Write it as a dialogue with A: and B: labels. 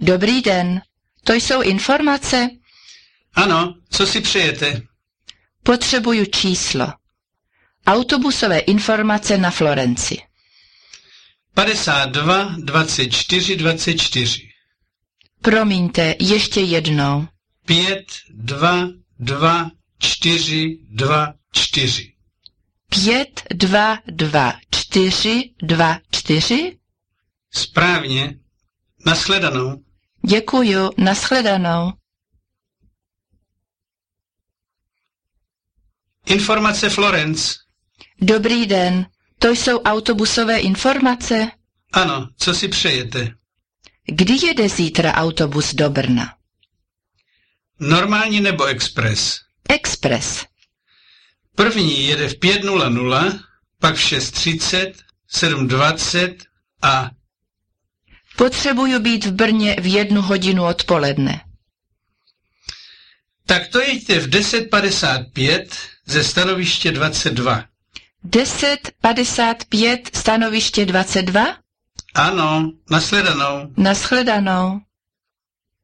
A: Dobrý den. To jsou informace?
B: Ano, co si přejete?
A: Potřebuju číslo. Autobusové informace na Florenci.
B: 52, 24, 24.
A: Promiňte, ještě jednou.
B: 5, 2, 2, 4, 2, 4.
A: Pět, dva, dva, čtyři, dva, čtyři.
B: Správně. Nasledanou.
A: Děkuju, nashledanou.
B: Informace Florence.
A: Dobrý den, to jsou autobusové informace.
B: Ano, co si přejete?
A: Kdy jede zítra autobus do Brna?
B: Normální nebo Express?
A: Express.
B: První jede v 5.00, pak v 6.30, 7.20 a
A: Potřebuju být v Brně v jednu hodinu odpoledne.
B: tak to jeďte v 10.55 ze stanoviště 22.
A: 10.55 stanoviště 22?
B: Ano, nasledanou.
A: Naschledanou.